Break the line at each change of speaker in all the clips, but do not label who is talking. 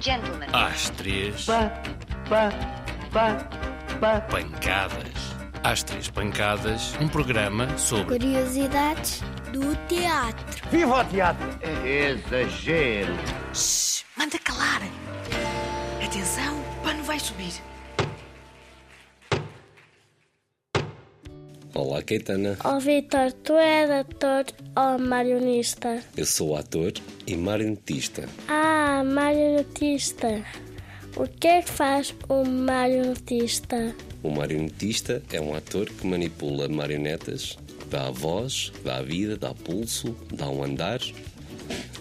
gentlemen.
Às três,
Pá, pá, pá, pá.
pancadas. Às três pancadas, um programa sobre.
Curiosidades do teatro.
Viva o teatro!
Exagero.
Manda calar. Atenção, o pano vai subir.
Olá, Caetana.
Ó Vitor, Oh, tu és ator ou marionista?
Eu sou ator e marionetista.
Ah, marionetista. O que é que faz um marionetista?
O marionetista é um ator que manipula marionetas, dá a voz, dá a vida, dá pulso, dá um andar.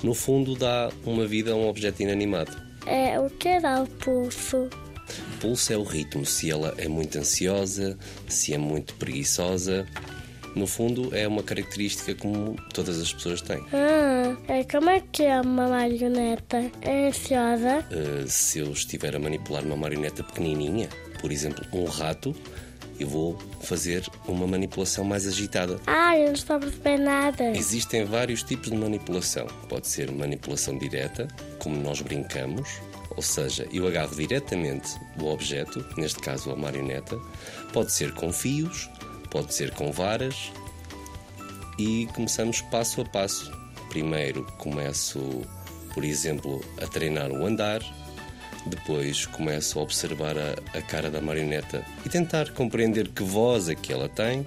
No fundo, dá uma vida a um objeto inanimado.
É o que dá o pulso?
Pulso é o ritmo, se ela é muito ansiosa, se é muito preguiçosa. No fundo, é uma característica como todas as pessoas têm.
Ah, é como é que é uma marioneta? É ansiosa?
Uh, se eu estiver a manipular uma marioneta pequenininha, por exemplo, um rato, eu vou fazer uma manipulação mais agitada.
Ah, eu não estou a perceber nada.
Existem vários tipos de manipulação. Pode ser manipulação direta, como nós brincamos, ou seja, eu agarro diretamente o objeto, neste caso a marioneta. Pode ser com fios, pode ser com varas e começamos passo a passo. Primeiro começo, por exemplo, a treinar o andar. Depois começo a observar a, a cara da marioneta e tentar compreender que voz é que ela tem,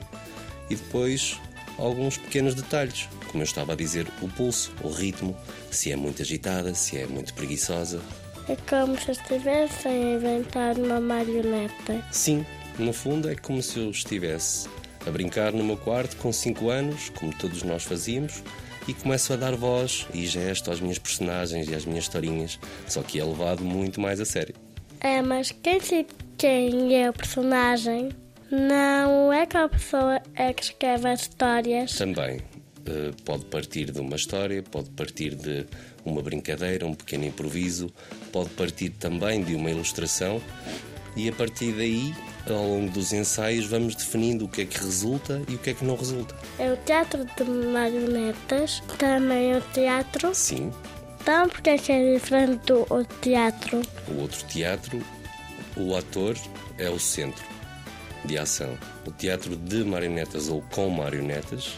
e depois alguns pequenos detalhes, como eu estava a dizer, o pulso, o ritmo, se é muito agitada, se é muito preguiçosa.
É como se estivessem a inventar uma marioneta.
Sim, no fundo é como se eu estivesse a brincar no meu quarto com 5 anos, como todos nós fazíamos, e começo a dar voz e gesto às minhas personagens e às minhas historinhas, só que é levado muito mais a sério.
É, mas quem se quem é o personagem? Não é que a pessoa é que escreve as histórias.
Também eh, pode partir de uma história, pode partir de uma brincadeira, um pequeno improviso, pode partir também de uma ilustração e a partir daí, ao longo dos ensaios, vamos definindo o que é que resulta e o que é que não resulta.
É o teatro de marionetas, também é o teatro.
Sim,
Então porque é que é diferente do outro teatro?
o outro teatro, o ator é o centro de ação. O teatro de marionetas ou com marionetas,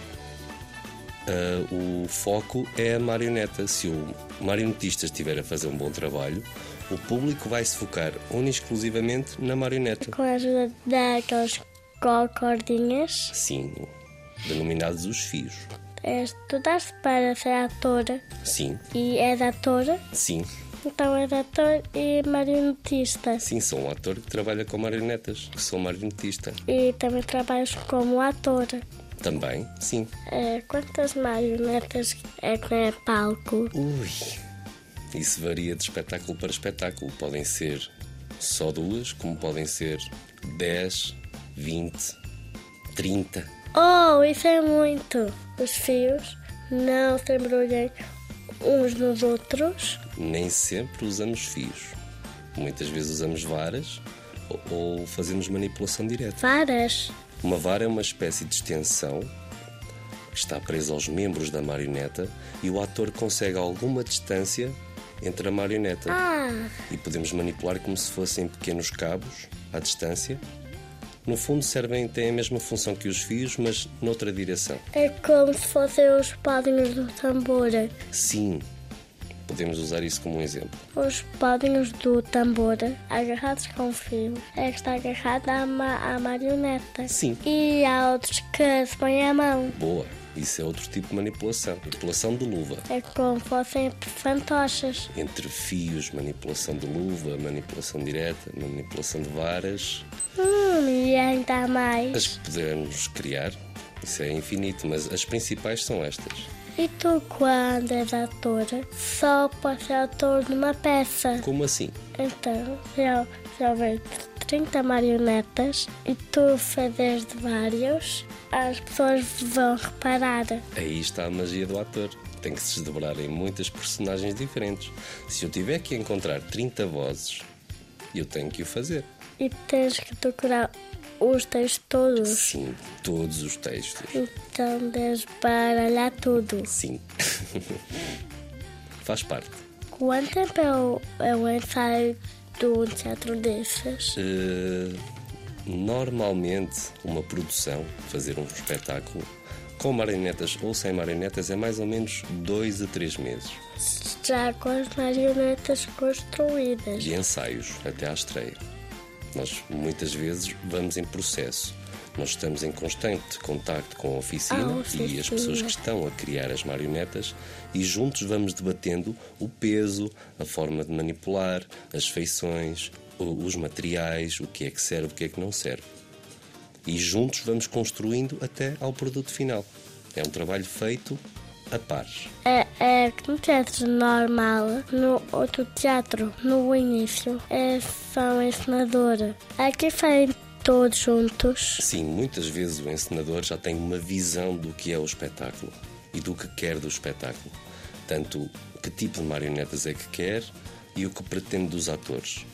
ah, o foco é a marioneta. Se o marionetista estiver a fazer um bom trabalho, o público vai se focar única e exclusivamente na marioneta.
Com a ajuda daquelas co- cordinhas.
Sim, denominados os fios.
É, Estudaste para ser atora
Sim,
e és atora,
sim,
então és ator e marionetista.
sim, sou um ator que trabalha com marionetas. Sou marionetista.
E também trabalhas como atora.
Também, sim.
É, quantas marionetas é que é palco?
Ui! Isso varia de espetáculo para espetáculo. Podem ser só duas, como podem ser 10, 20, 30.
Oh, isso é muito! Os fios não se embrulhem uns nos outros.
Nem sempre usamos fios. Muitas vezes usamos varas ou- ou fazemos manipulação direta.
Varas.
Uma vara é uma espécie de extensão que está presa aos membros da marioneta e o ator consegue alguma distância entre a marioneta.
Ah,
e podemos manipular como se fossem pequenos cabos à distância. No fundo, servem, têm a mesma função que os fios, mas noutra direção.
é como se fossem os pauzinhos do tambor.
Sim, podemos usar isso como um exemplo.
Os pauzinhos do tambor, agarrados com fio, é que está agarrado à, ma- à marioneta.
Sim.
E há outros que se põem a mão.
Boa, isso é outro tipo de manipulação. Manipulação de luva.
É como se fossem fantoches.
Entre fios, manipulação de luva, manipulação direta, manipulação de varas.
Hum, e ainda há mais.
As que podemos criar, isso é infinito, mas as principais são estas.
E tu, quando és atora, só podes ser ator numa peça.
Como assim?
Então, se eu- se houver 30 marionetas e tu fazes de vários, as pessoas vão reparar.
Aí está a magia do ator. Tem que se desdobrar em muitas personagens diferentes. Se eu tiver que encontrar 30 vozes, eu tenho que o fazer.
E tens que decorar os textos todos.
Sim, todos os textos.
Então, desbaralhar tudo.
Sim. Faz parte.
Quanto tempo é o, é o ensaio de um teatro desses?
Eh, normalmente, uma produção, fazer um espetáculo com marionetas ou sem marionetas é mais ou menos dois a três meses
Já com as marionetas construídas.
de ensaios até à estreia. Nós muitas vezes vamos em processo. Nós estamos em constante contacto com a oficina
Ah,
e as pessoas que
oficina.
estão a criar as marionetas e juntos vamos debatendo o peso, a forma de manipular, as feições, o- os materiais, o que é que serve, o que é que não serve. E juntos vamos construindo até ao produto final. É um trabalho feito a pares.
É, é que no teatro normal, no outro teatro, no início, é só a ensinadora. Aqui saem todos juntos.
Sim, muitas vezes o encenador já tem uma visão do que é o espetáculo e do que quer do espetáculo. Tanto que tipo de marionetas é que quer e o que pretende dos atores.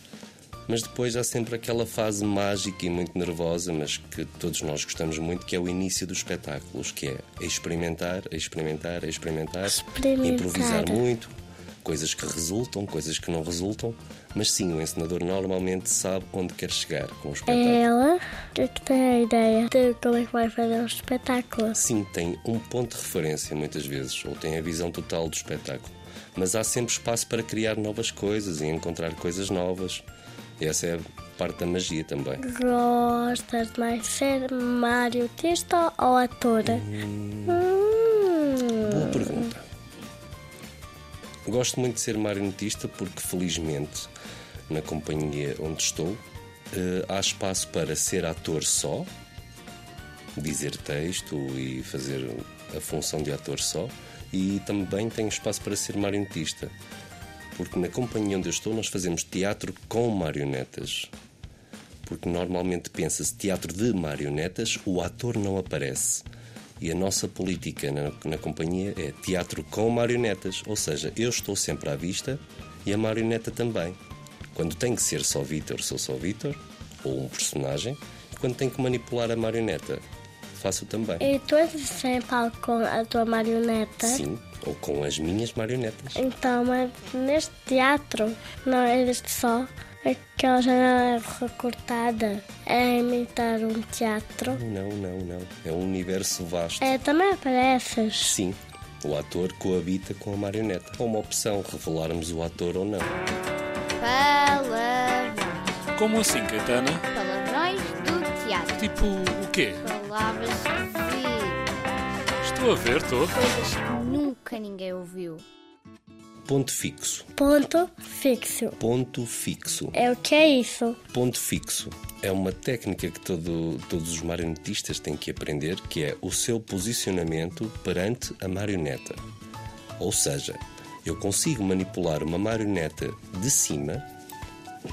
Mas depois há sempre aquela fase mágica e muito nervosa, mas que todos nós gostamos muito, que é o início dos espetáculos, que é a experimentar, a experimentar, a experimentar,
Experimentar.
improvisar muito, coisas que resultam, coisas que não resultam, mas sim, o encenador normalmente sabe onde quer chegar com o espetáculo.
É ela que que tem a ideia de como é que vai fazer o espetáculo.
Sim, tem um ponto de referência muitas vezes, ou tem a visão total do espetáculo. Mas há sempre espaço para criar novas coisas e encontrar coisas novas. E essa é a parte da magia também.
Gostas mais de ser marionetista ou atora? Hum.
Boa pergunta. Gosto muito de ser marionetista porque, felizmente, na companhia onde estou, eh, há espaço para ser ator só, dizer texto e fazer a função de ator só, e também tenho espaço para ser marionetista. Porque na companhia onde eu estou, nós fazemos teatro com marionetas. Porque normalmente pensa-se teatro de marionetas, o ator não aparece. E a nossa política na, na companhia é teatro com marionetas, ou seja, eu estou sempre à vista e a marioneta também. Quando tem que ser só Vítor, sou só Vítor, ou um personagem, e quando tem que manipular a marioneta, faço também.
E tu entras sem palco com a tua marioneta?
Sim, ou com as minhas marionetas.
Então, mas neste teatro não existe só aquela janela recortada é imitar um teatro.
Não, não, não. É um universo vasto.
É, também apareces.
Sim, o ator coabita com a marioneta. É uma opção revelarmos o ator ou não.
Palavras.
Como assim, Caetana?
Palavrões do teatro.
Tipo, o quê?
Palavras de
Estou a ver, estou.
coisas que nunca ninguém ouviu.
Ponto fixo.
Ponto fixo.
Ponto fixo.
É o que é isso?
Ponto fixo é uma técnica que todo- todos os marionetistas têm que aprender, que é o seu posicionamento perante a marioneta. Ou seja, eu consigo manipular uma marioneta de cima,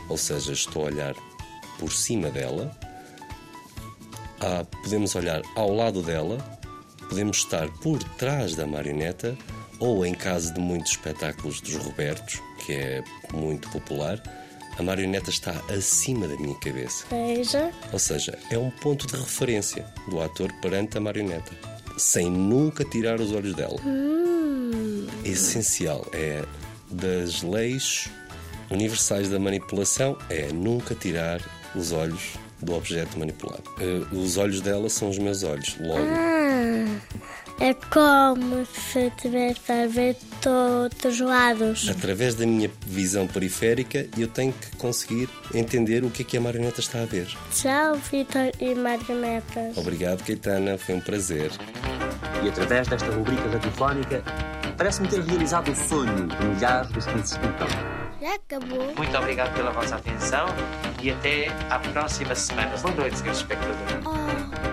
ou seja, estou a olhar por cima dela, Ah, podemos olhar ao lado dela, podemos estar por trás da marioneta, ou em caso de muitos espetáculos dos Robertos, que é muito popular, a marioneta está acima da minha cabeça.
Veja.
Ou seja, é um ponto de referência do ator perante a marioneta, sem nunca tirar os olhos dela. Essencial é das leis universais da manipulação é nunca tirar os olhos do objeto manipulado. Eh, os olhos dela são os meus olhos, logo
Ah, é como se tivesse a ver todos os lados.
através da minha visão periférica eu tenho que conseguir entender o que é que a marioneta está a ver.
Tchau, Vitor e marionetas.
Obrigado, Caetana, foi um prazer.
E através desta rubrica radiofónica, parece-me ter realizado o sonho de milhares dos que nos escutam.
Já acabou?
Muito obrigado pela vossa atenção e até à próxima semana. Não doem, senhores espectadores.
Oh.